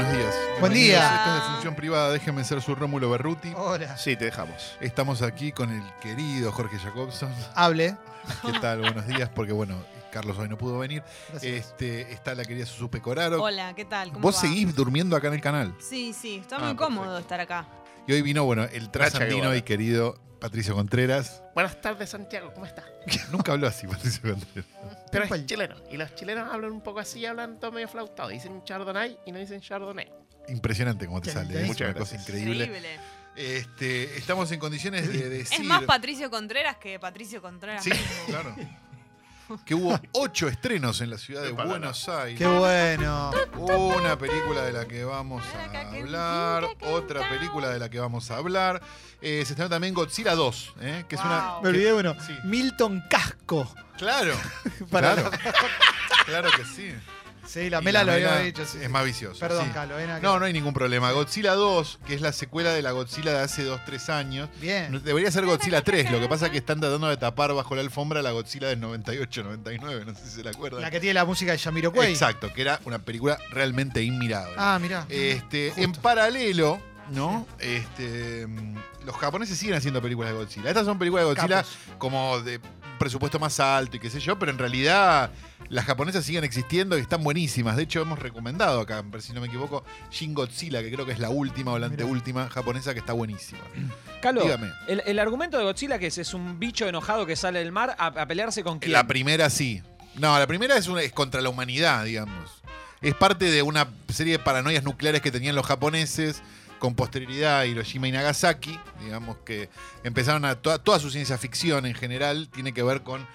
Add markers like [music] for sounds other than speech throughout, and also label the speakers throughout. Speaker 1: Buen día.
Speaker 2: Bienvenidos, Esto es de Función Privada, déjenme ser su Rómulo Berruti.
Speaker 1: Hola.
Speaker 3: Sí, te dejamos.
Speaker 2: Estamos aquí con el querido
Speaker 3: [laughs]
Speaker 2: Jorge Jacobson.
Speaker 1: Hable.
Speaker 2: ¿Qué tal? Buenos días, porque bueno, Carlos hoy no pudo venir.
Speaker 1: Gracias.
Speaker 2: Este, está la querida Susu Pecoraro.
Speaker 4: Hola, ¿qué tal? ¿Cómo
Speaker 2: Vos
Speaker 4: va?
Speaker 2: seguís durmiendo acá en el canal.
Speaker 4: Sí, sí, está
Speaker 2: Ah,
Speaker 4: muy cómodo
Speaker 2: perfecto.
Speaker 4: estar acá.
Speaker 2: Y hoy vino, bueno, el trasandino
Speaker 3: Guevara.
Speaker 2: y querido Patricio Contreras. [laughs]
Speaker 3: Buenas tardes, Santiago, ¿cómo estás?
Speaker 2: Nunca habló así, Patricio Contreras.
Speaker 3: Pero
Speaker 1: Pal-
Speaker 3: es chileno. Y los chilenos hablan un poco así, hablan todo medio flautado. Dicen chardonnay y no dicen chardonnay.
Speaker 2: Impresionante cómo te
Speaker 1: Qué
Speaker 2: sale. ¿eh?
Speaker 1: lindo.
Speaker 2: Es
Speaker 3: Muchas
Speaker 2: una cosa
Speaker 3: gracias.
Speaker 2: increíble. Este, estamos en condiciones de decir.
Speaker 4: Es más Patricio Contreras que Patricio Contreras.
Speaker 2: Sí,
Speaker 4: [laughs]
Speaker 2: claro. Que hubo ocho estrenos en la ciudad de
Speaker 3: Epa, la, la.
Speaker 2: Buenos Aires.
Speaker 1: Qué bueno.
Speaker 2: Una película de la que vamos a hablar, otra película de la que vamos a hablar. Eh, se estrenó también Godzilla 2, ¿eh? que es una...
Speaker 4: Wow.
Speaker 1: Me olvidé uno.
Speaker 2: Sí.
Speaker 1: Milton Casco.
Speaker 2: Claro,
Speaker 1: [laughs] Para
Speaker 2: claro. claro que sí.
Speaker 1: Sí, la
Speaker 2: Y
Speaker 1: Mela lo
Speaker 2: Mela
Speaker 1: había dicho. sí.
Speaker 2: Es más vicioso.
Speaker 1: Perdón,
Speaker 2: sí.
Speaker 1: Calo. eh, ven acá.
Speaker 2: No, no hay ningún problema. Godzilla 2, que es la secuela de la Godzilla de hace 2-3 años.
Speaker 1: Bien.
Speaker 2: Debería ser Godzilla 3, lo que pasa es que están tratando de tapar bajo la alfombra la Godzilla del 98-99, no sé si se la acuerdan.
Speaker 1: La que tiene la música de Yamiroquai.
Speaker 2: Exacto, que era una película realmente inmirable.
Speaker 1: Ah, mirá.
Speaker 2: Este,
Speaker 1: Justo.
Speaker 2: en paralelo, ¿no? Este, mm, los japoneses siguen haciendo películas de Godzilla. Estas son películas de Godzilla
Speaker 1: Capos.
Speaker 2: como de un presupuesto más alto y qué sé yo, pero en realidad las japonesas siguen existiendo y están buenísimas. De hecho, hemos recomendado acá, si no me equivoco, Shin Godzilla, que creo que es la última o la
Speaker 1: Mirá.
Speaker 2: anteúltima japonesa que está
Speaker 1: [clears throat]
Speaker 2: buenísima.
Speaker 5: Calo,
Speaker 2: Dígame.
Speaker 5: el, el argumento de Godzilla que es, es un bicho enojado que sale del mar a, a pelearse con quién.
Speaker 2: La primera sí. No, la primera es, una- es contra la humanidad, digamos. Es parte de una serie de paranoias nucleares que tenían los japoneses con posterioridad a Hiroshima y Nagasaki, digamos que empezaron a toda, toda su ciencia ficción en general tiene que ver con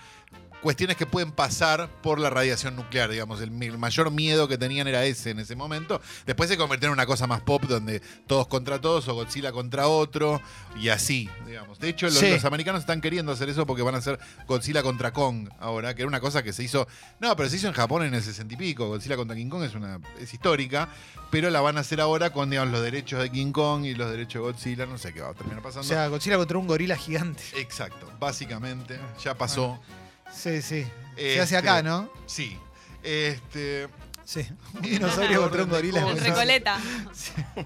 Speaker 2: cuestiones que pueden pasar por la radiación nuclear, digamos, el, mi- el mayor miedo que tenían era ese en ese momento. Después se convirtió en una cosa más pop donde todos contra todos o Godzilla contra otro y así, digamos. De hecho, los,
Speaker 1: Sí.
Speaker 2: los americanos están queriendo hacer eso porque van a hacer Godzilla contra Kong ahora, que era una cosa que se hizo, no, pero se hizo en Japón en el 60 y pico, Godzilla contra King Kong es una es histórica, pero la van a hacer ahora con digamos, los derechos de King Kong y los derechos de Godzilla, no sé qué va a terminar
Speaker 1: O
Speaker 2: pasando.
Speaker 1: sea, Godzilla contra un gorila gigante.
Speaker 2: Exacto, básicamente, ya pasó.
Speaker 1: Ah. Sí, sí. Se
Speaker 2: Este,
Speaker 1: hace acá, ¿no?
Speaker 2: Sí.
Speaker 1: [laughs]
Speaker 2: Este,
Speaker 1: Sí. Un
Speaker 2: Eh,
Speaker 1: dinosaurio
Speaker 2: no,
Speaker 1: contra
Speaker 2: orden
Speaker 1: un
Speaker 2: de
Speaker 1: gorila.
Speaker 2: cosas.
Speaker 4: En Recoleta.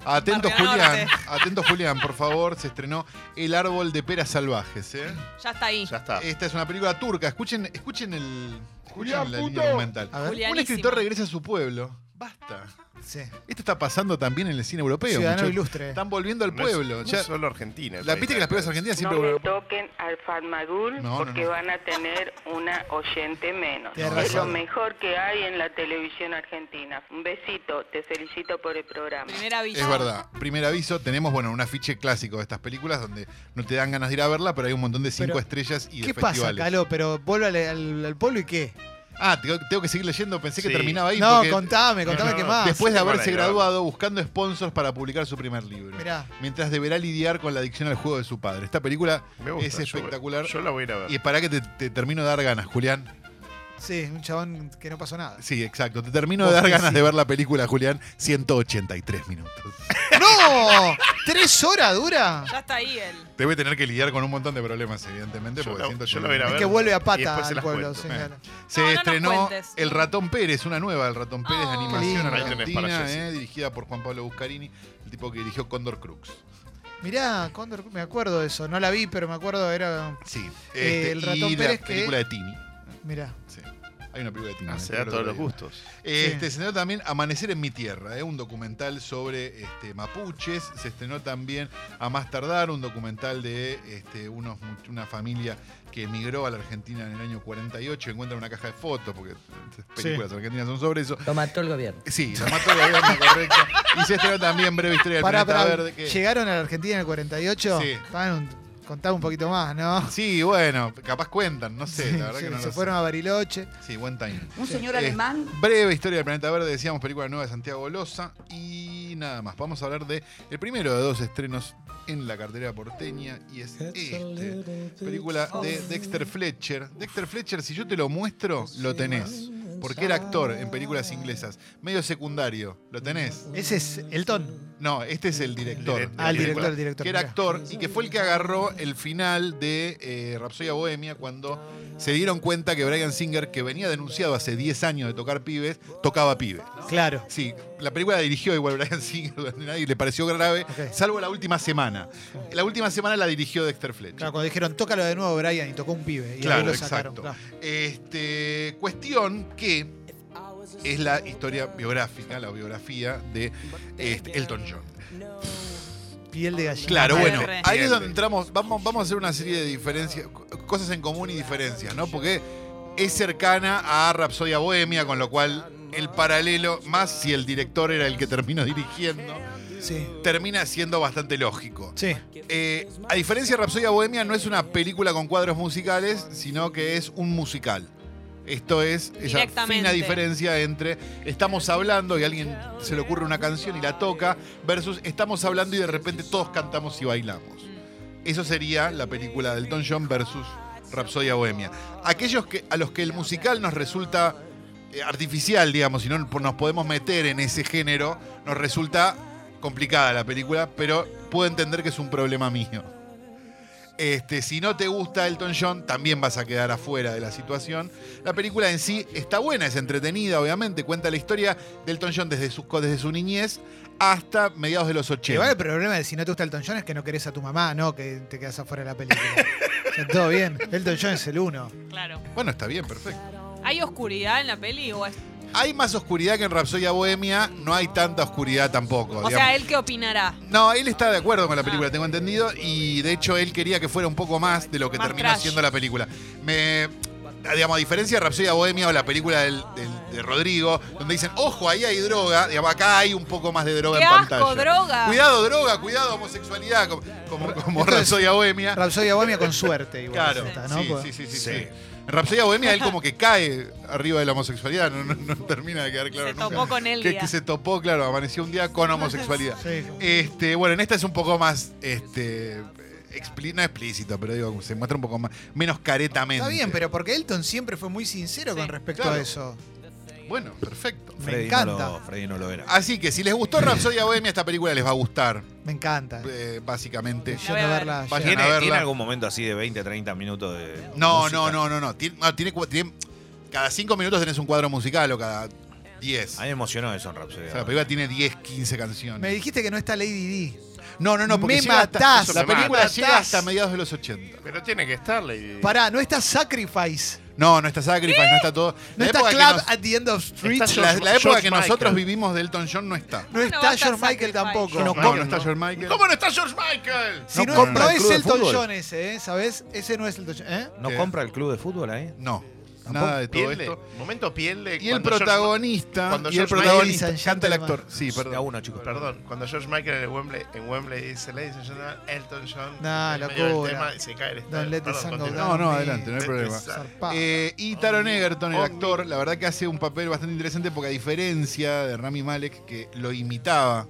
Speaker 2: atento
Speaker 4: Barrio
Speaker 2: Julián,
Speaker 4: Norte.
Speaker 2: atento Julián, por favor, se estrenó El árbol de peras salvajes, ¿eh?
Speaker 4: Ya está ahí.
Speaker 3: Ya está.
Speaker 2: Esta es una película turca, escuchen, escuchen el escuchen
Speaker 3: Julián,
Speaker 2: la
Speaker 3: puto.
Speaker 2: línea argumental.
Speaker 1: A ver.
Speaker 4: Julián.
Speaker 2: Un
Speaker 4: Julianísimo.
Speaker 2: escritor regresa a su pueblo. Basta.
Speaker 1: Sí.
Speaker 2: Esto está pasando también en el cine europeo.
Speaker 1: Ciudadano
Speaker 2: muchachos.
Speaker 1: ilustre.
Speaker 2: Están volviendo al
Speaker 3: No es-
Speaker 2: pueblo.
Speaker 3: no
Speaker 2: ya-
Speaker 3: es solo Argentina. el
Speaker 2: la
Speaker 3: país
Speaker 2: viste que las películas argentinas
Speaker 6: No
Speaker 2: siempre
Speaker 6: le toquen al
Speaker 2: No,
Speaker 6: Farmagul
Speaker 2: no,
Speaker 6: porque
Speaker 2: no.
Speaker 6: van a tener una oyente menos.
Speaker 1: Tenés
Speaker 6: Es lo
Speaker 1: razón.
Speaker 6: mejor que hay en la televisión argentina. Un besito, te felicito por el programa.
Speaker 4: Primera villa.
Speaker 2: Es verdad. Primer aviso, tenemos bueno un afiche clásico de estas películas donde no te dan ganas de ir a verla, pero hay un montón de cinco
Speaker 1: Pero,
Speaker 2: estrellas y de
Speaker 1: ¿Qué pasa,
Speaker 2: festivales.
Speaker 1: Calo? Pero vuelve al, al- al pueblo y qué?
Speaker 2: Ah, tengo, tengo que seguir leyendo, pensé que
Speaker 3: Sí.
Speaker 2: terminaba ahí.
Speaker 1: No,
Speaker 2: porque
Speaker 1: contame, contame
Speaker 3: No,
Speaker 1: qué
Speaker 3: no,
Speaker 1: más.
Speaker 2: Después de
Speaker 3: Sí,
Speaker 2: haberse
Speaker 3: bueno,
Speaker 2: graduado buscando sponsors para publicar su primer libro.
Speaker 1: Mirá.
Speaker 2: Mientras deberá lidiar con la adicción al juego de su padre. Esta película
Speaker 3: Me gusta,
Speaker 2: es
Speaker 3: yo-
Speaker 2: espectacular.
Speaker 3: Yo, la voy a ir a ver.
Speaker 2: Y para que te, te termino de dar ganas, Julián.
Speaker 1: Sí, un chabón que no pasó [laughs] nada.
Speaker 2: Sí, exacto. Te termino de
Speaker 1: Vos
Speaker 2: dar
Speaker 1: que
Speaker 2: ganas
Speaker 1: sí.
Speaker 2: de ver la película, Julián. 183 minutos.
Speaker 1: ¡No! ¿Tres horas dura?
Speaker 4: Ya está ahí él.
Speaker 2: Debe tener que lidiar con un montón de problemas, evidentemente.
Speaker 3: Yo
Speaker 2: porque
Speaker 3: la-
Speaker 2: 180.
Speaker 3: yo la voy a ir a
Speaker 1: Es
Speaker 3: ver.
Speaker 1: que vuelve a
Speaker 3: Y
Speaker 1: pata
Speaker 3: después se
Speaker 1: al
Speaker 3: las
Speaker 1: pueblo.
Speaker 3: cuento.
Speaker 1: sí,
Speaker 2: Eh.
Speaker 1: claro.
Speaker 2: Se
Speaker 4: No, no nos
Speaker 2: estrenó
Speaker 4: cuentes.
Speaker 2: El Ratón Pérez, una nueva del Ratón Pérez de
Speaker 4: Oh.
Speaker 2: animación
Speaker 1: Qué lindo.
Speaker 3: Ahí tenés para
Speaker 2: argentina,
Speaker 3: Jessy.
Speaker 2: eh, dirigida por Juan Pablo Buscarini, el tipo que dirigió Cóndor Crux.
Speaker 1: Mirá, Cóndor, me acuerdo de eso. No la vi, pero me acuerdo, era.
Speaker 2: Sí. este,
Speaker 1: Eh, El Ratón
Speaker 2: y
Speaker 1: Pérez
Speaker 2: la
Speaker 1: que-
Speaker 2: película de Tini.
Speaker 1: Mirá.
Speaker 2: Sí. Hay una película de Tini.
Speaker 3: Ah,
Speaker 2: me
Speaker 3: Se da
Speaker 2: acuerdo
Speaker 3: todos los
Speaker 2: todavía.
Speaker 3: gustos.
Speaker 2: Este,
Speaker 1: Sí.
Speaker 2: Se estrenó también Amanecer en mi tierra, ¿eh? un documental sobre este, mapuches. Se estrenó también A Más Tardar, un documental de este, unos, much- una familia que emigró a la Argentina en el año 48. Encuentra una caja de fotos, porque las películas argentinas son sobre eso.
Speaker 7: Lo mató el gobierno.
Speaker 2: Sí, la mató el gobierno, correcto. Y se estrenó también Breve Historia del
Speaker 1: Pará,
Speaker 2: Planeta
Speaker 1: pará,
Speaker 2: Verde. que-
Speaker 1: Llegaron a la Argentina en el 48.
Speaker 2: Sí.
Speaker 1: Estaban un- contaba un poquito más, ¿no?
Speaker 2: Sí, bueno, capaz cuentan, no sé,
Speaker 1: Sí,
Speaker 2: la verdad
Speaker 1: [laughs] sí,
Speaker 2: que no
Speaker 1: se
Speaker 2: lo sé.
Speaker 1: fueron a Bariloche.
Speaker 2: Sí, buen time.
Speaker 8: Un señor
Speaker 2: Eh,
Speaker 8: alemán
Speaker 2: Breve historia del planeta verde, decíamos película nueva de Santiago Loza y nada más. Vamos a hablar de el primero de dos estrenos en la cartera porteña y es este. Película de Dexter Fletcher. Dexter Fletcher, si yo te lo muestro, lo tenés. Porque era actor en películas inglesas. Medio secundario. ¿Lo tenés?
Speaker 1: Ese es Elton.
Speaker 2: No, este es el director.
Speaker 1: Ah, el
Speaker 2: de la
Speaker 1: director,
Speaker 2: película,
Speaker 1: el director,
Speaker 2: Que era
Speaker 1: mirá.
Speaker 2: actor y que fue el que agarró el final de eh, Rapsodia Bohemia cuando se dieron cuenta que Brian Singer, que venía denunciado hace 10 años de tocar pibes, tocaba pibes.
Speaker 1: Claro.
Speaker 2: Sí, la película la dirigió igual [laughs] Brian Singer, nadie le pareció grave,
Speaker 1: Ok.
Speaker 2: salvo la última semana. La última semana la dirigió Dexter Fletcher.
Speaker 1: Claro, cuando dijeron, tócalo de nuevo, Brian, y tocó un pibe. Y
Speaker 2: Claro,
Speaker 1: ahí lo sacaron.
Speaker 2: exacto.
Speaker 1: claro.
Speaker 2: Este, cuestión que es la historia biográfica, la biografía de este, Elton John.
Speaker 1: Piel de gallina.
Speaker 2: Claro,
Speaker 4: Re,
Speaker 2: bueno,
Speaker 4: re.
Speaker 2: ahí es donde entramos. Vamos, vamos a hacer una serie de diferencias, co- cosas en común y diferencias, ¿no? Porque es cercana a Rapsodia Bohemia, con lo cual el paralelo, más si el director era el que terminó dirigiendo,
Speaker 1: Sí.
Speaker 2: termina siendo bastante lógico.
Speaker 1: Sí.
Speaker 2: Eh, a diferencia de Rapsodia Bohemia, no es una película con cuadros musicales, sino que es un musical. Esto es esa
Speaker 4: Directamente.
Speaker 2: fina diferencia entre estamos hablando y a alguien se le ocurre una canción y la toca, versus estamos hablando y de repente todos cantamos y bailamos. Eso sería la película del Don John versus Rapsodia Bohemia. Aquellos que, a los que el musical nos resulta eh, artificial, digamos, si no nos podemos meter en ese género, nos resulta complicada la película, pero puedo entender que es un problema mío. Este, si no te gusta Elton John, también vas a quedar afuera de la situación. La película en sí está buena, es entretenida, obviamente. Cuenta la historia de Elton John desde su, desde su niñez hasta mediados de los 80.
Speaker 1: Igual el problema de si no te gusta Elton John es que no querés a tu mamá, no, que te quedas afuera de la película.
Speaker 2: [laughs]
Speaker 1: O sea, todo bien. Elton John es el uno.
Speaker 4: Claro.
Speaker 2: Bueno, está bien, perfecto.
Speaker 4: ¿Hay oscuridad en la peli? ¿O, es-
Speaker 2: Hay más oscuridad que en Rapsodia Bohemia, no hay tanta oscuridad tampoco.
Speaker 4: o
Speaker 2: digamos.
Speaker 4: sea, él qué opinará?
Speaker 2: No, él está de acuerdo con la película, tengo entendido, y de hecho él quería que fuera un poco más de lo que
Speaker 4: Más
Speaker 2: terminó
Speaker 4: trash.
Speaker 2: siendo la película. Me, digamos, a diferencia de Rapsodia Bohemia o la película del- del- de Rodrigo, donde dicen, ojo, ahí hay droga, digamos, acá hay un poco más de droga
Speaker 4: ¡Qué
Speaker 2: en
Speaker 4: asco,
Speaker 2: pantalla.
Speaker 4: droga!
Speaker 2: Cuidado, droga, cuidado, homosexualidad, como, como, como
Speaker 1: Entonces,
Speaker 2: Rapsodia Bohemia.
Speaker 1: Rapsodia Bohemia con suerte, igual.
Speaker 2: Claro,
Speaker 1: esta, ¿no? Pues,
Speaker 2: sí,
Speaker 1: Porque-
Speaker 2: sí, sí, sí, sí. En Rapsodia Bohemia él como que cae arriba de la homosexualidad, no, no- no termina de quedar claro
Speaker 4: se
Speaker 2: nunca.
Speaker 4: topó con él.
Speaker 2: que, que se topó, claro, amaneció un día
Speaker 4: [laughs]
Speaker 2: con homosexualidad.
Speaker 1: Sí.
Speaker 2: Este, bueno, en esta es un poco más, este, expli- no explícito, pero digo, se muestra un poco más, menos caretamente.
Speaker 1: Está bien, pero porque Elton siempre fue muy sincero con respecto
Speaker 2: Claro.
Speaker 1: a eso.
Speaker 2: Bueno, perfecto.
Speaker 1: Me
Speaker 5: Freddy
Speaker 1: encanta.
Speaker 5: No lo, Freddy no lo era.
Speaker 2: Así que si les gustó Rapsodia Bohemia, esta película les va a gustar,
Speaker 1: Me encanta.
Speaker 2: eh, básicamente.
Speaker 1: Yo
Speaker 4: voy a
Speaker 1: no
Speaker 4: ver.
Speaker 1: verla.
Speaker 2: Vayan a
Speaker 1: ayer.
Speaker 7: ¿Tiene,
Speaker 2: verla.
Speaker 7: tiene algún momento así de 20, 30 minutos de.?
Speaker 2: No,
Speaker 7: música?
Speaker 2: no, no, no, no. Tiene, no, tiene cu- tiene- cada cinco minutos tenés un cuadro musical o cada diez.
Speaker 7: A mí me emocionó eso en
Speaker 2: O
Speaker 7: Rhapsody.
Speaker 2: sea, la película tiene 10, 15 canciones.
Speaker 1: Me dijiste que no está Lady D.
Speaker 2: no, no, no, porque
Speaker 1: me
Speaker 2: llega
Speaker 1: matás,
Speaker 2: hasta, la
Speaker 1: me
Speaker 2: película
Speaker 1: matás.
Speaker 2: llega hasta mediados de los 80.
Speaker 3: Pero tiene que estar, Lady.
Speaker 1: Pará, no está Sacrifice.
Speaker 2: No, no está Sacrifice, no está todo.
Speaker 1: No
Speaker 2: La
Speaker 1: está
Speaker 2: época que
Speaker 1: Club
Speaker 2: nos-
Speaker 1: at the End of Street.
Speaker 3: Está
Speaker 2: La-
Speaker 3: George-
Speaker 2: la época
Speaker 3: George
Speaker 2: que nosotros
Speaker 3: Michael.
Speaker 2: vivimos de Elton John no está.
Speaker 1: No
Speaker 4: No
Speaker 1: está
Speaker 4: está
Speaker 1: George Michael
Speaker 4: Sacrifice.
Speaker 1: tampoco.
Speaker 2: No, no, está George Michael.
Speaker 3: ¿Cómo no está George Michael?
Speaker 1: Si no,
Speaker 7: No
Speaker 1: no,
Speaker 7: compra
Speaker 1: es
Speaker 7: el club de
Speaker 1: Elton
Speaker 7: fútbol.
Speaker 1: John ese, ¿eh? ¿sabes? Ese no es Elton John. ¿eh?
Speaker 7: ¿No
Speaker 2: ¿Qué?
Speaker 7: compra el club de fútbol ahí?
Speaker 2: No, nada de todo
Speaker 3: Pierde.
Speaker 2: esto.
Speaker 3: Momento pierde.
Speaker 2: Y el
Speaker 3: cuando George-
Speaker 2: protagonista,
Speaker 3: cuando
Speaker 2: y el
Speaker 3: George
Speaker 2: protagonista,
Speaker 1: Michael-
Speaker 2: canta el actor. Sí,
Speaker 7: De a
Speaker 2: perdón.
Speaker 7: uno, chicos.
Speaker 3: Perdón, cuando George Michael en el Wembley, en Wembley dice Ladies and Gentlemen, Elton John.
Speaker 1: Nah,
Speaker 3: en el medio del
Speaker 1: locura.
Speaker 3: tema, y se cae el estadio.
Speaker 1: Don't let the
Speaker 3: Perdón,
Speaker 1: sun go
Speaker 3: continúa.
Speaker 2: No, no, adelante, no hay
Speaker 3: Eh,
Speaker 2: problema.
Speaker 3: exacto.
Speaker 1: Zarpado.
Speaker 2: Eh, y Taron Egerton, el actor, la verdad que hace un papel bastante interesante porque a diferencia de Rami Malek, que lo imitaba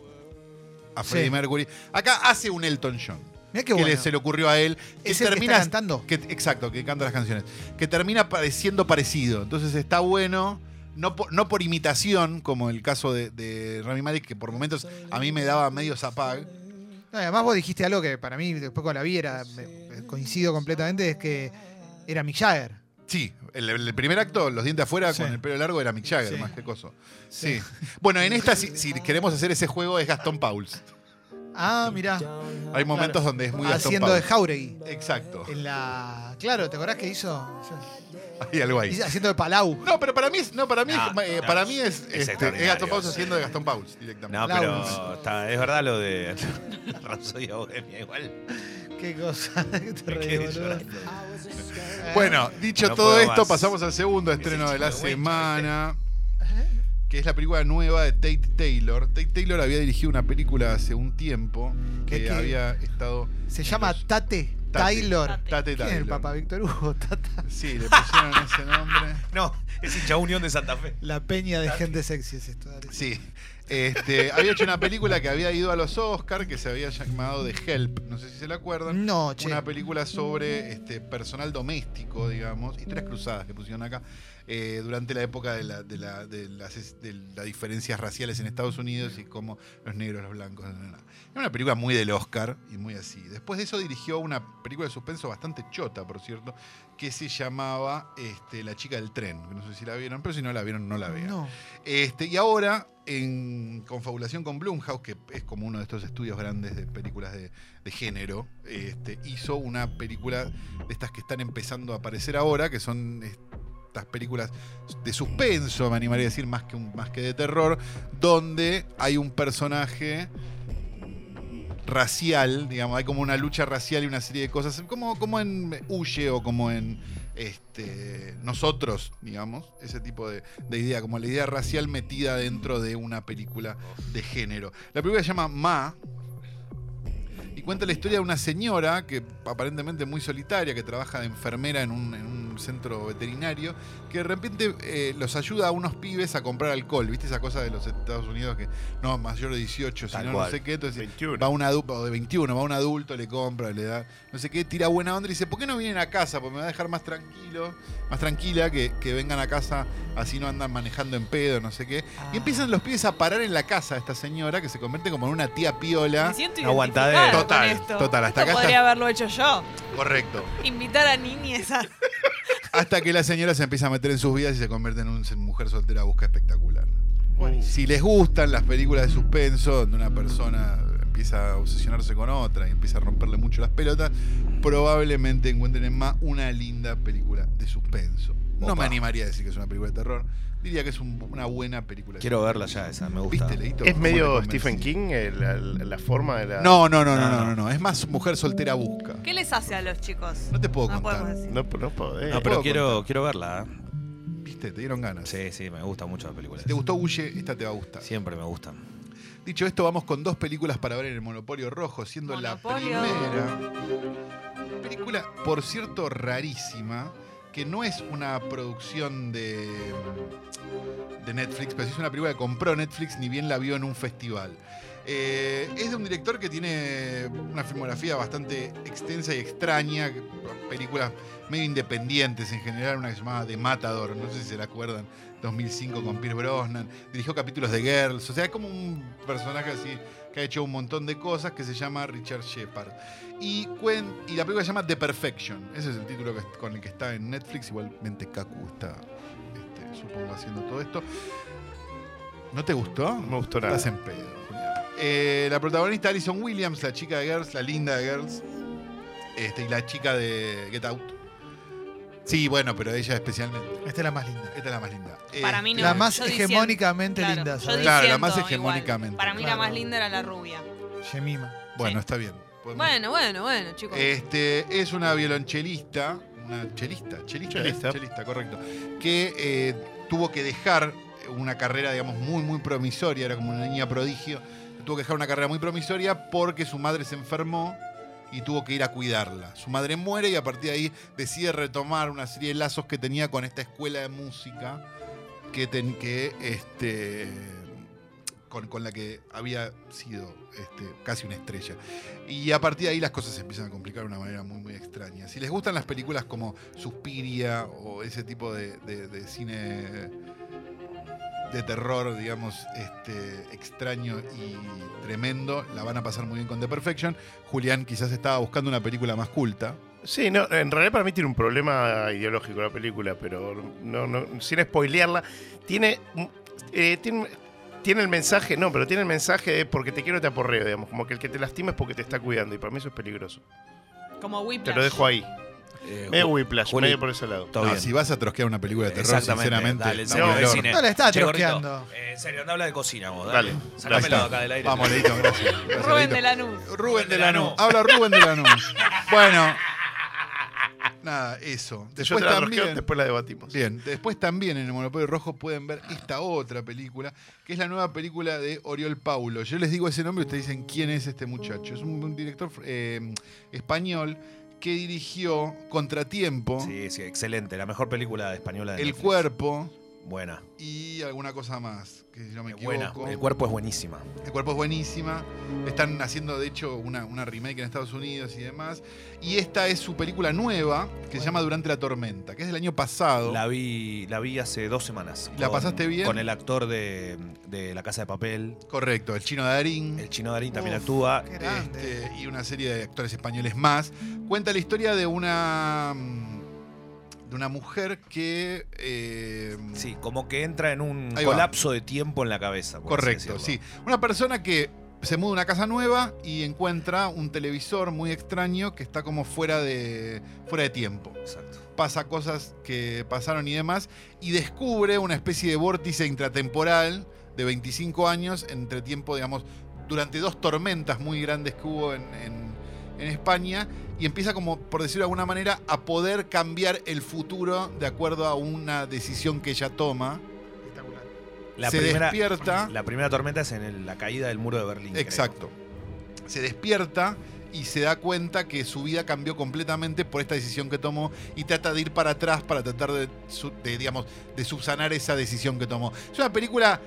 Speaker 2: a Freddie
Speaker 1: Sí.
Speaker 2: Mercury, acá hace un Elton John.
Speaker 1: Mirá qué
Speaker 2: que
Speaker 1: bueno.
Speaker 2: le- se le ocurrió a él. Que
Speaker 1: ¿Es el que
Speaker 2: termina,
Speaker 1: está cantando?
Speaker 2: que- exacto, que canta las canciones. Que termina pareciendo parecido. Entonces está bueno, no por, no por imitación, como el caso de, de Rami Malek, que por momentos a mí me daba medio zapag.
Speaker 1: No, y además vos dijiste algo que para mí, después con la vi, era- me- coincido completamente, es que era Mick Jagger.
Speaker 2: Sí, el, el primer acto, los dientes afuera
Speaker 1: Sí.
Speaker 2: con el pelo largo, era Mick Jagger,
Speaker 1: Sí.
Speaker 2: más que coso. Sí. Bueno, en esta, si, si queremos hacer ese juego, es Gastón Pauls.
Speaker 1: Ah, mirá.
Speaker 2: Hay momentos donde es muy Gastón
Speaker 1: haciendo de
Speaker 2: Pauls.
Speaker 1: Jauregui.
Speaker 2: Exacto,
Speaker 1: En la. Claro, ¿te acordás que hizo?
Speaker 2: hay algo ahí.
Speaker 1: Hizo- Haciendo de Palau.
Speaker 2: No,
Speaker 1: [laughs]
Speaker 2: pero para mí es, no, para mí, es-
Speaker 7: No,
Speaker 2: eh,
Speaker 7: no,
Speaker 2: para mí es, este, es
Speaker 7: extraordinario.
Speaker 2: Gastón Pauls haciendo de Gastón Pauls directamente.
Speaker 7: No,
Speaker 1: Laurence.
Speaker 7: pero está- es verdad lo de [laughs] Rhapsody Bohemia igual.
Speaker 1: Qué cosa. [laughs] Qué te
Speaker 7: Me
Speaker 1: reí,
Speaker 7: quedé
Speaker 1: boludo.
Speaker 7: llorando.
Speaker 2: Bueno, dicho
Speaker 7: No
Speaker 2: todo
Speaker 7: puedo
Speaker 2: esto,
Speaker 7: más.
Speaker 2: pasamos al segundo estreno de la
Speaker 7: chico de Winchester.
Speaker 2: semana. Que es la película nueva de Tate Taylor. Tate Taylor había dirigido una película hace un tiempo que
Speaker 1: ¿Qué, qué?
Speaker 2: había estado.
Speaker 1: Se
Speaker 2: en
Speaker 1: llama
Speaker 2: los-
Speaker 1: Tate Taylor.
Speaker 2: Tate
Speaker 1: ¿Quién es el
Speaker 2: Taylor.
Speaker 1: papá Víctor Hugo? [laughs] Tata.
Speaker 2: Sí, le pusieron ese nombre.
Speaker 7: No, es hincha Unión de Santa Fe.
Speaker 1: La peña de gente sexy es esto. dale.
Speaker 2: Sí. Este, había hecho una película que había ido a los Oscar que se había llamado The Help. No sé si se la acuerdan.
Speaker 1: No, che.
Speaker 2: Una película sobre este, personal doméstico, digamos, y tres cruzadas que pusieron acá eh, durante la época de, la- de la- de las, es- de las diferencias raciales en Estados Unidos y cómo los negros, los blancos. na, na, na. Era una película muy del Oscar y muy así. Después de eso dirigió una película de suspenso bastante chota, por cierto, que se llamaba este, La chica del tren. que No sé si la vieron, pero si no la vieron, no la vean.
Speaker 1: No.
Speaker 2: Este, y ahora, en confabulación con Blumhouse, que es como uno de estos estudios grandes de películas de, de género, este, hizo una película de estas que están empezando a aparecer ahora, que son estas películas de suspenso, me animaría a decir, más que, un, más que de terror, donde hay un personaje racial, digamos, hay como una lucha racial y una serie de cosas, como, como en Huye o como en este, nosotros, digamos, ese tipo de, de idea, como la idea racial metida dentro de una película de género. La película se llama Ma y cuenta la historia de una señora que aparentemente muy solitaria, que trabaja de enfermera en un, en un centro veterinario, que de repente eh, los ayuda a unos pibes a comprar alcohol, ¿viste esa cosa de los Estados Unidos que no, mayor de 18, si
Speaker 7: Tal
Speaker 2: no, no
Speaker 7: cual.
Speaker 2: sé qué, entonces
Speaker 7: 21.
Speaker 2: va un adulto, o de 21, va un adulto, le compra, le da, no sé qué, tira buena onda y dice, ¿por qué no vienen a casa? Porque me va a dejar más tranquilo, más tranquila que, que vengan a casa, así no andan manejando en pedo, no sé qué. Y empiezan los pies a parar en la casa de esta señora que se convierte como en una tía piola.
Speaker 4: Me siento
Speaker 7: No aguantadera.
Speaker 4: identificada con
Speaker 2: Total,
Speaker 4: esto.
Speaker 2: total, hasta
Speaker 4: Esto
Speaker 2: acá
Speaker 4: podría
Speaker 2: está-
Speaker 4: haberlo hecho yo.
Speaker 2: Correcto.
Speaker 4: Invitar a niñes a...
Speaker 2: Hasta que la señora se empieza a meter en sus vidas y se convierte en una mujer soltera busca espectacular. Si les gustan las películas de suspenso, donde una persona empieza a obsesionarse con otra y empieza a romperle mucho las pelotas, probablemente encuentren en más una linda película de suspenso. No me
Speaker 7: Opa.
Speaker 2: animaría a decir que es una película de terror. Diría que es un- una buena película. de
Speaker 7: Quiero verla ya, esa, me gusta.
Speaker 2: ¿Viste, Leito?
Speaker 3: ¿Es
Speaker 2: ¿Cómo te
Speaker 3: medio
Speaker 2: convencí?
Speaker 3: Stephen King eh, la, la- la forma de la.?
Speaker 2: No, no, no, no,
Speaker 7: No,
Speaker 2: no, no,
Speaker 7: no.
Speaker 2: no. Es más mujer soltera busca.
Speaker 4: ¿Qué les hace a los chicos?
Speaker 2: No te puedo
Speaker 4: No podemos
Speaker 2: contar.
Speaker 4: decir.
Speaker 3: No, no podés.
Speaker 2: puedo
Speaker 7: No, pero quiero, quiero verla. ¿eh?
Speaker 2: Viste, te dieron ganas.
Speaker 7: Sí, sí, me gusta mucho la película.
Speaker 2: Si te gustó Huye, esta te va a gustar.
Speaker 7: Siempre me gustan.
Speaker 2: Dicho esto, vamos con dos películas para ver en el Monopolio Rojo, siendo
Speaker 4: Monopolio.
Speaker 2: la primera. Película, por cierto, rarísima, que no es una producción de, de Netflix, pero sí es una película que compró Netflix, ni bien la vio en un festival. Eh, es de un director que tiene una filmografía bastante extensa y extraña, películas medio independientes en general, una que se llamaba The Matador, no sé si se la acuerdan, 2005 con Pierce Brosnan, dirigió capítulos de Girls, o sea, es como un personaje así que ha hecho un montón de cosas que se llama Richard Shepard. Y, cuen- y la película se llama The Perfection, ese es el título que- con el que está en Netflix, igualmente Kaku está, este, supongo, haciendo todo esto. ¿No te gustó?
Speaker 3: No me gustó nada.
Speaker 2: Estás en pedo, Julián. Eh, la protagonista Alison Williams, la chica de Girls, la linda de Girls. Este, y la chica de Get Out. Sí, bueno, pero ella especialmente.
Speaker 1: Esta es la más linda.
Speaker 2: Esta es la más linda.
Speaker 4: Para mí no.
Speaker 1: la más
Speaker 4: yo diciendo-
Speaker 1: hegemónicamente
Speaker 4: Claro,
Speaker 1: linda,
Speaker 4: yo
Speaker 1: ¿sabes?
Speaker 2: Claro, la
Speaker 4: diciendo
Speaker 2: más
Speaker 4: igual.
Speaker 2: hegemónicamente,
Speaker 4: Para mí
Speaker 1: claro.
Speaker 4: la más linda era la rubia.
Speaker 1: Yemima.
Speaker 2: Bueno,
Speaker 4: sí.
Speaker 2: está bien. Podemos-
Speaker 4: Bueno, bueno, bueno, chicos.
Speaker 2: Este, es una violonchelista, una chelista, chelista, es,
Speaker 3: Chelista.
Speaker 2: chelista, correcto, que eh, tuvo que dejar una carrera, digamos, muy, muy promisoria, era como una niña prodigio, tuvo que dejar una carrera muy promisoria porque su madre se enfermó y tuvo que ir a cuidarla. Su madre muere y a partir de ahí decide retomar una serie de lazos que tenía con esta escuela de música que, ten- que, este, con, con la que había sido este, casi una estrella. Y a partir de ahí las cosas se empiezan a complicar de una manera muy, muy extraña. Si les gustan las películas como Suspiria o ese tipo de, de- de cine de terror, digamos, este, extraño y tremendo, la van a pasar muy bien con The Perfection. Julián quizás estaba buscando una película más culta.
Speaker 3: Sí, no, en realidad para mí tiene un problema ideológico la película, pero no, no, sin spoilearla, tiene, eh, tiene, tiene el mensaje, no, pero tiene el mensaje de porque te quiero te aporreo, digamos, como que el que te lastima es porque te está cuidando, y para mí eso es peligroso.
Speaker 4: Como
Speaker 3: Te
Speaker 4: Whiplash.
Speaker 3: lo dejo ahí,
Speaker 7: Eh,
Speaker 3: medio
Speaker 7: Ju-
Speaker 3: whiplash,
Speaker 7: Juli,
Speaker 3: medio por ese lado.
Speaker 7: Todo
Speaker 2: No,
Speaker 7: bien.
Speaker 2: si vas a trosquear una película de terror,
Speaker 7: Exactamente,
Speaker 2: sinceramente,
Speaker 7: dale,
Speaker 2: está
Speaker 3: no,
Speaker 2: muy
Speaker 7: del
Speaker 2: al
Speaker 7: cine.
Speaker 2: horno.
Speaker 1: No, la está
Speaker 7: Che, Gorrito,
Speaker 1: trosqueando.
Speaker 7: eh, en serio, anda a hablar de cocina vos, dale.
Speaker 3: Dale,
Speaker 2: Ahí
Speaker 7: Sacámelo
Speaker 2: está.
Speaker 7: de acá del aire.
Speaker 2: Vamos, Leito,
Speaker 4: [laughs]
Speaker 2: gracias. Gracias,
Speaker 4: Rubén
Speaker 2: Leito.
Speaker 4: de Lanús.
Speaker 2: Rubén de
Speaker 7: de
Speaker 2: Lanús.
Speaker 7: Lanús.
Speaker 2: Habla Rubén de Lanús. Bueno. Nada, eso.
Speaker 3: Yo
Speaker 2: Después
Speaker 3: te la trosqueo,
Speaker 2: también.
Speaker 3: después la debatimos.
Speaker 2: Bien, después también en el Monopolio Rojo pueden ver esta otra película, que es la nueva película de Oriol Paulo. Yo les digo ese nombre y ustedes dicen quién es este muchacho. Es un, un director eh, español que dirigió Contratiempo,
Speaker 7: Sí, sí, excelente. La mejor película española de
Speaker 2: El
Speaker 7: Netflix.
Speaker 2: Cuerpo,
Speaker 7: Buena.
Speaker 2: y alguna cosa más, que si no me
Speaker 7: Eh, Buena.
Speaker 2: equivoco.
Speaker 7: El cuerpo es buenísima.
Speaker 2: El cuerpo es buenísima. Están haciendo, de hecho, una, una remake en Estados Unidos y demás. Y esta es su película nueva, que se llama Durante la Tormenta, que es del año pasado.
Speaker 7: La vi, la vi hace dos semanas.
Speaker 2: ¿La pasaste bien?
Speaker 7: Con el actor de, de La Casa de Papel.
Speaker 2: Correcto, el chino Darín.
Speaker 7: El chino Darín también
Speaker 1: Uf.
Speaker 7: actúa.
Speaker 1: Qué grande.
Speaker 2: este, y una serie de actores españoles más. Cuenta la historia de una. mm, de una mujer que. eh,
Speaker 7: Sí, como que entra en un
Speaker 2: Ahí va.
Speaker 7: colapso de tiempo en la cabeza. por así
Speaker 2: Correcto,
Speaker 7: decirlo.
Speaker 2: sí. Una persona que se muda a una casa nueva y encuentra un televisor muy extraño que está como fuera de. fuera de tiempo.
Speaker 7: Exacto.
Speaker 2: pasa cosas que pasaron y demás, y descubre una especie de vórtice intratemporal de 25 años entre tiempo, digamos, durante dos tormentas muy grandes que hubo en, en- en España, y empieza como, por decirlo de alguna manera, a poder cambiar el futuro de acuerdo a una decisión que ella toma.
Speaker 1: Espectacular.
Speaker 7: La
Speaker 2: se
Speaker 7: primera,
Speaker 2: despierta.
Speaker 7: la primera tormenta es en el- la caída del muro de Berlín. creo.
Speaker 2: Exacto. Se despierta y se da cuenta que su vida cambió completamente por esta decisión que tomó y trata de ir para atrás para tratar de, su- de, digamos, de subsanar esa decisión que tomó. Es una película,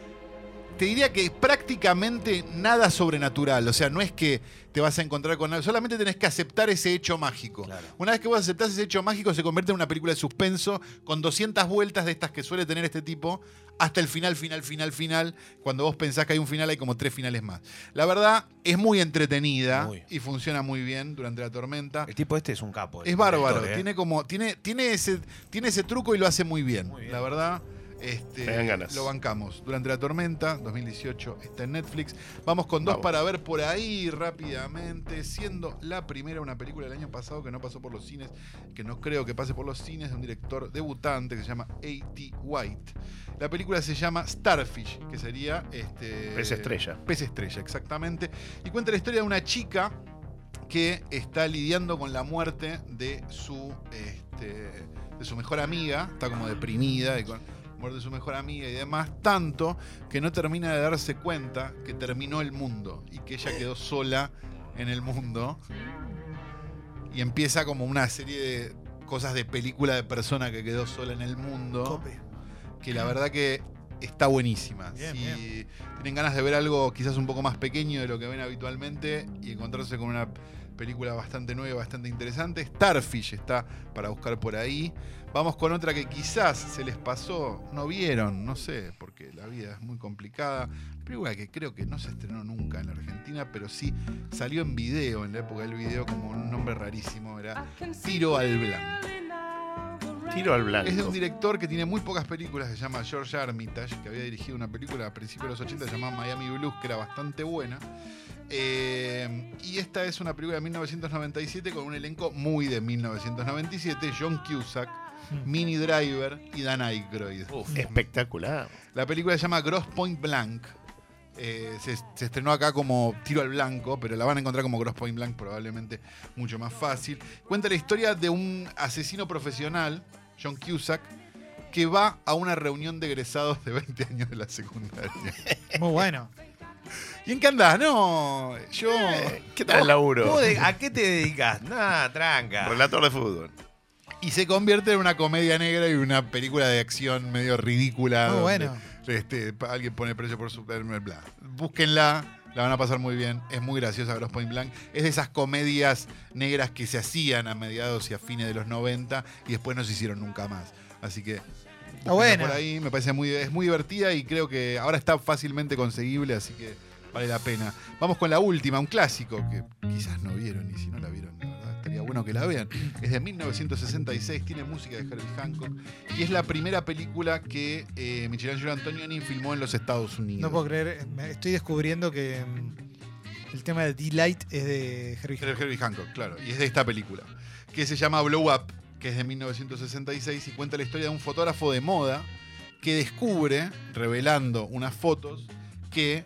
Speaker 2: te diría que es prácticamente nada sobrenatural. O sea, no es que te vas a encontrar con algo, solamente tenés que aceptar ese hecho mágico.
Speaker 7: Claro.
Speaker 2: Una vez que vos aceptás ese hecho mágico, se convierte en una película de suspenso con 200 vueltas de estas que suele tener este tipo hasta el final, final, final, final. Cuando vos pensás que hay un final, hay como tres finales más. La verdad, es muy entretenida
Speaker 7: Muy.
Speaker 2: y funciona muy bien durante la tormenta.
Speaker 7: El tipo este es un capo. el
Speaker 2: Es bárbaro,
Speaker 7: director, ¿eh?
Speaker 2: tiene como tiene tiene ese tiene ese truco y lo hace muy bien.
Speaker 7: Muy bien.
Speaker 2: La verdad, este,
Speaker 3: Me dan ganas.
Speaker 2: lo bancamos. Durante la tormenta 2018 está en Netflix. Vamos con dos
Speaker 3: Vamos.
Speaker 2: para ver por ahí rápidamente, siendo la primera una película del año pasado que no pasó por los cines, que no creo que pase por los cines de un director debutante que se llama A.T. White. La película se llama Starfish, que sería este
Speaker 3: Pez estrella.
Speaker 2: Pez estrella, exactamente. Y cuenta la historia de una chica que está lidiando con la muerte de su, este, de su mejor amiga. Está como deprimida y con la muerte de su mejor amiga y demás. Tanto que no termina de darse cuenta que terminó el mundo y que ella quedó sola en el mundo. Y empieza como una serie de cosas de película de persona que quedó sola en el mundo que la verdad que está buenísima.
Speaker 1: Bien,
Speaker 2: si tienen ganas de ver algo quizás un poco más pequeño de lo que ven habitualmente y encontrarse con una película bastante nueva, y bastante interesante, Starfish está para buscar por ahí. Vamos con otra que quizás se les pasó, no vieron, no sé, porque la vida es muy complicada. Película que creo que no se estrenó nunca en la Argentina, pero sí salió en video, en la época del video, como un nombre rarísimo, era Tiro al Blanco.
Speaker 3: Tiro al
Speaker 2: Es de un
Speaker 3: blanco.
Speaker 2: director que tiene muy pocas películas, se llama George Armitage, que había dirigido una película a principios de los 80 llamada Miami Blues, que era bastante buena. Eh, y esta es una película de 1997 con un elenco muy de 1997, John Cusack, Minnie Driver y Dan Aykroyd.
Speaker 3: Espectacular.
Speaker 2: La película se llama Gross Point Blank. Eh, se, se estrenó acá como Tiro al Blanco, pero la van a encontrar como Gross Point Blank, probablemente mucho más fácil. Cuenta la historia de un asesino profesional, John Cusack, que va a una reunión de egresados de 20 años de la secundaria.
Speaker 1: Muy bueno.
Speaker 2: ¿Y en qué andás? No, yo.
Speaker 3: Eh, ¿Qué tal el laburo?
Speaker 7: ¿Vos de- ¿A qué te dedicas? Nada, tranca.
Speaker 3: Relator de fútbol.
Speaker 2: Y se convierte en una comedia negra y una película de acción medio ridícula.
Speaker 1: Muy
Speaker 2: donde,
Speaker 1: bueno.
Speaker 2: Este, pa- alguien pone precio por su. bla, bla, bla. Búsquenla, la van a pasar muy bien. Es muy graciosa Gross Point Blank. Es de esas comedias negras que se hacían a mediados y a fines de los 90 y después no se hicieron nunca más. Así que. búsquenla
Speaker 1: buena.
Speaker 2: Por ahí me parece muy, es muy divertida y creo que ahora está fácilmente conseguible, así que vale la pena. Vamos con la última, un clásico que quizás no vieron y si no la vieron, la verdad, estaría bueno que la vean. Es de 1966, tiene música de Herbie Hancock y es la primera película que eh, Michelangelo Antonioni filmó en los Estados Unidos.
Speaker 1: No puedo creer. eh, me- Estoy descubriendo que mm, el tema de Delight es de Herbie.
Speaker 2: Herbie Herbie Hancock, claro, y es de esta película, que se llama Blow Up, que es de 1966 y cuenta la historia de un fotógrafo de moda que descubre, revelando unas fotos, que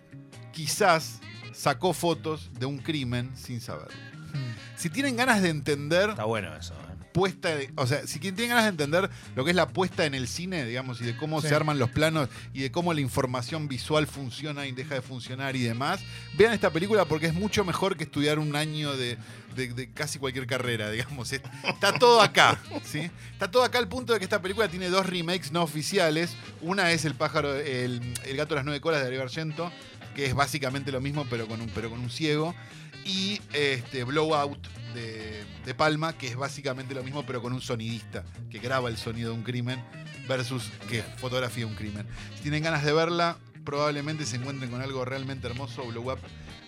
Speaker 2: quizás sacó fotos de un crimen sin saberlo.
Speaker 1: Mm.
Speaker 2: Si tienen ganas de entender
Speaker 7: Está bueno eso. ¿eh?
Speaker 2: puesta, de- o sea, si quien tiene ganas de entender lo que es la puesta en el cine, digamos, y de cómo
Speaker 1: Sí.
Speaker 2: se arman los planos y de cómo la información visual funciona y deja de funcionar y demás, vean esta película porque es mucho mejor que estudiar un año de, de- de casi cualquier carrera, [laughs] digamos. Es- Está todo acá, ¿sí? Está todo acá al punto de que esta película tiene dos remakes no oficiales. Una es El pájaro, el, el gato de las nueve colas de Darío Argento, que es básicamente lo mismo pero con un, pero con un ciego. Y este, Blowout de, de Palma, que es básicamente lo mismo pero con un sonidista, que graba el sonido de un crimen versus que fotografía un crimen. Si tienen ganas de verla, probablemente se encuentren con algo realmente hermoso, Blow Up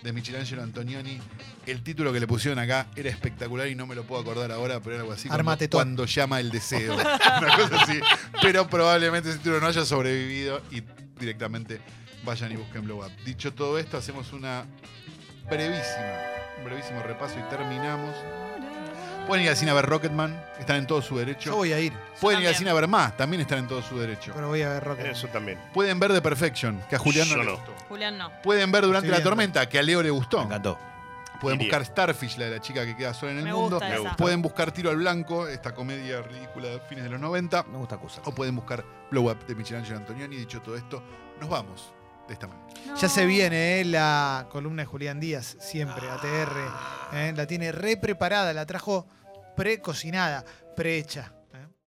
Speaker 2: de Michelangelo Antonioni. El título que le pusieron acá era espectacular y no me lo puedo acordar ahora, pero era algo así como
Speaker 1: Armate todo.
Speaker 2: cuando llama el deseo. [laughs] Una cosa así. Pero probablemente ese título no haya sobrevivido y directamente vayan y busquen Blow Up. Dicho todo esto, hacemos una brevísima, un brevísimo repaso y terminamos. Pueden ir al cine a ver Rocketman, están en todo su derecho.
Speaker 1: Yo voy a ir,
Speaker 2: Pueden ir al
Speaker 4: También.
Speaker 2: cine a ver más, también están en todo su derecho.
Speaker 1: pero voy a ver Rocket.
Speaker 3: Eso también.
Speaker 2: Pueden ver The Perfection, que a Julián no
Speaker 3: Yo
Speaker 2: le
Speaker 3: no.
Speaker 2: gustó.
Speaker 4: Julián no.
Speaker 2: Pueden ver Durante
Speaker 1: Estoy
Speaker 2: la
Speaker 1: viendo.
Speaker 2: Tormenta, que a Leo le gustó.
Speaker 7: Me encantó.
Speaker 2: Pueden
Speaker 3: Iría.
Speaker 2: buscar Starfish, la de la chica que queda sola en el
Speaker 4: Me
Speaker 2: mundo.
Speaker 4: gusta esa.
Speaker 2: Pueden buscar Tiro al Blanco, esta comedia ridícula de fines de los 90.
Speaker 7: Me gusta acusar.
Speaker 2: O pueden buscar Blow Up de Michelangelo Antonioni. Dicho todo esto, nos vamos de esta manera.
Speaker 1: Ya se viene eh, la columna de Julián Díaz, siempre, ATR. eh, la tiene re preparada, la trajo precocinada, prehecha.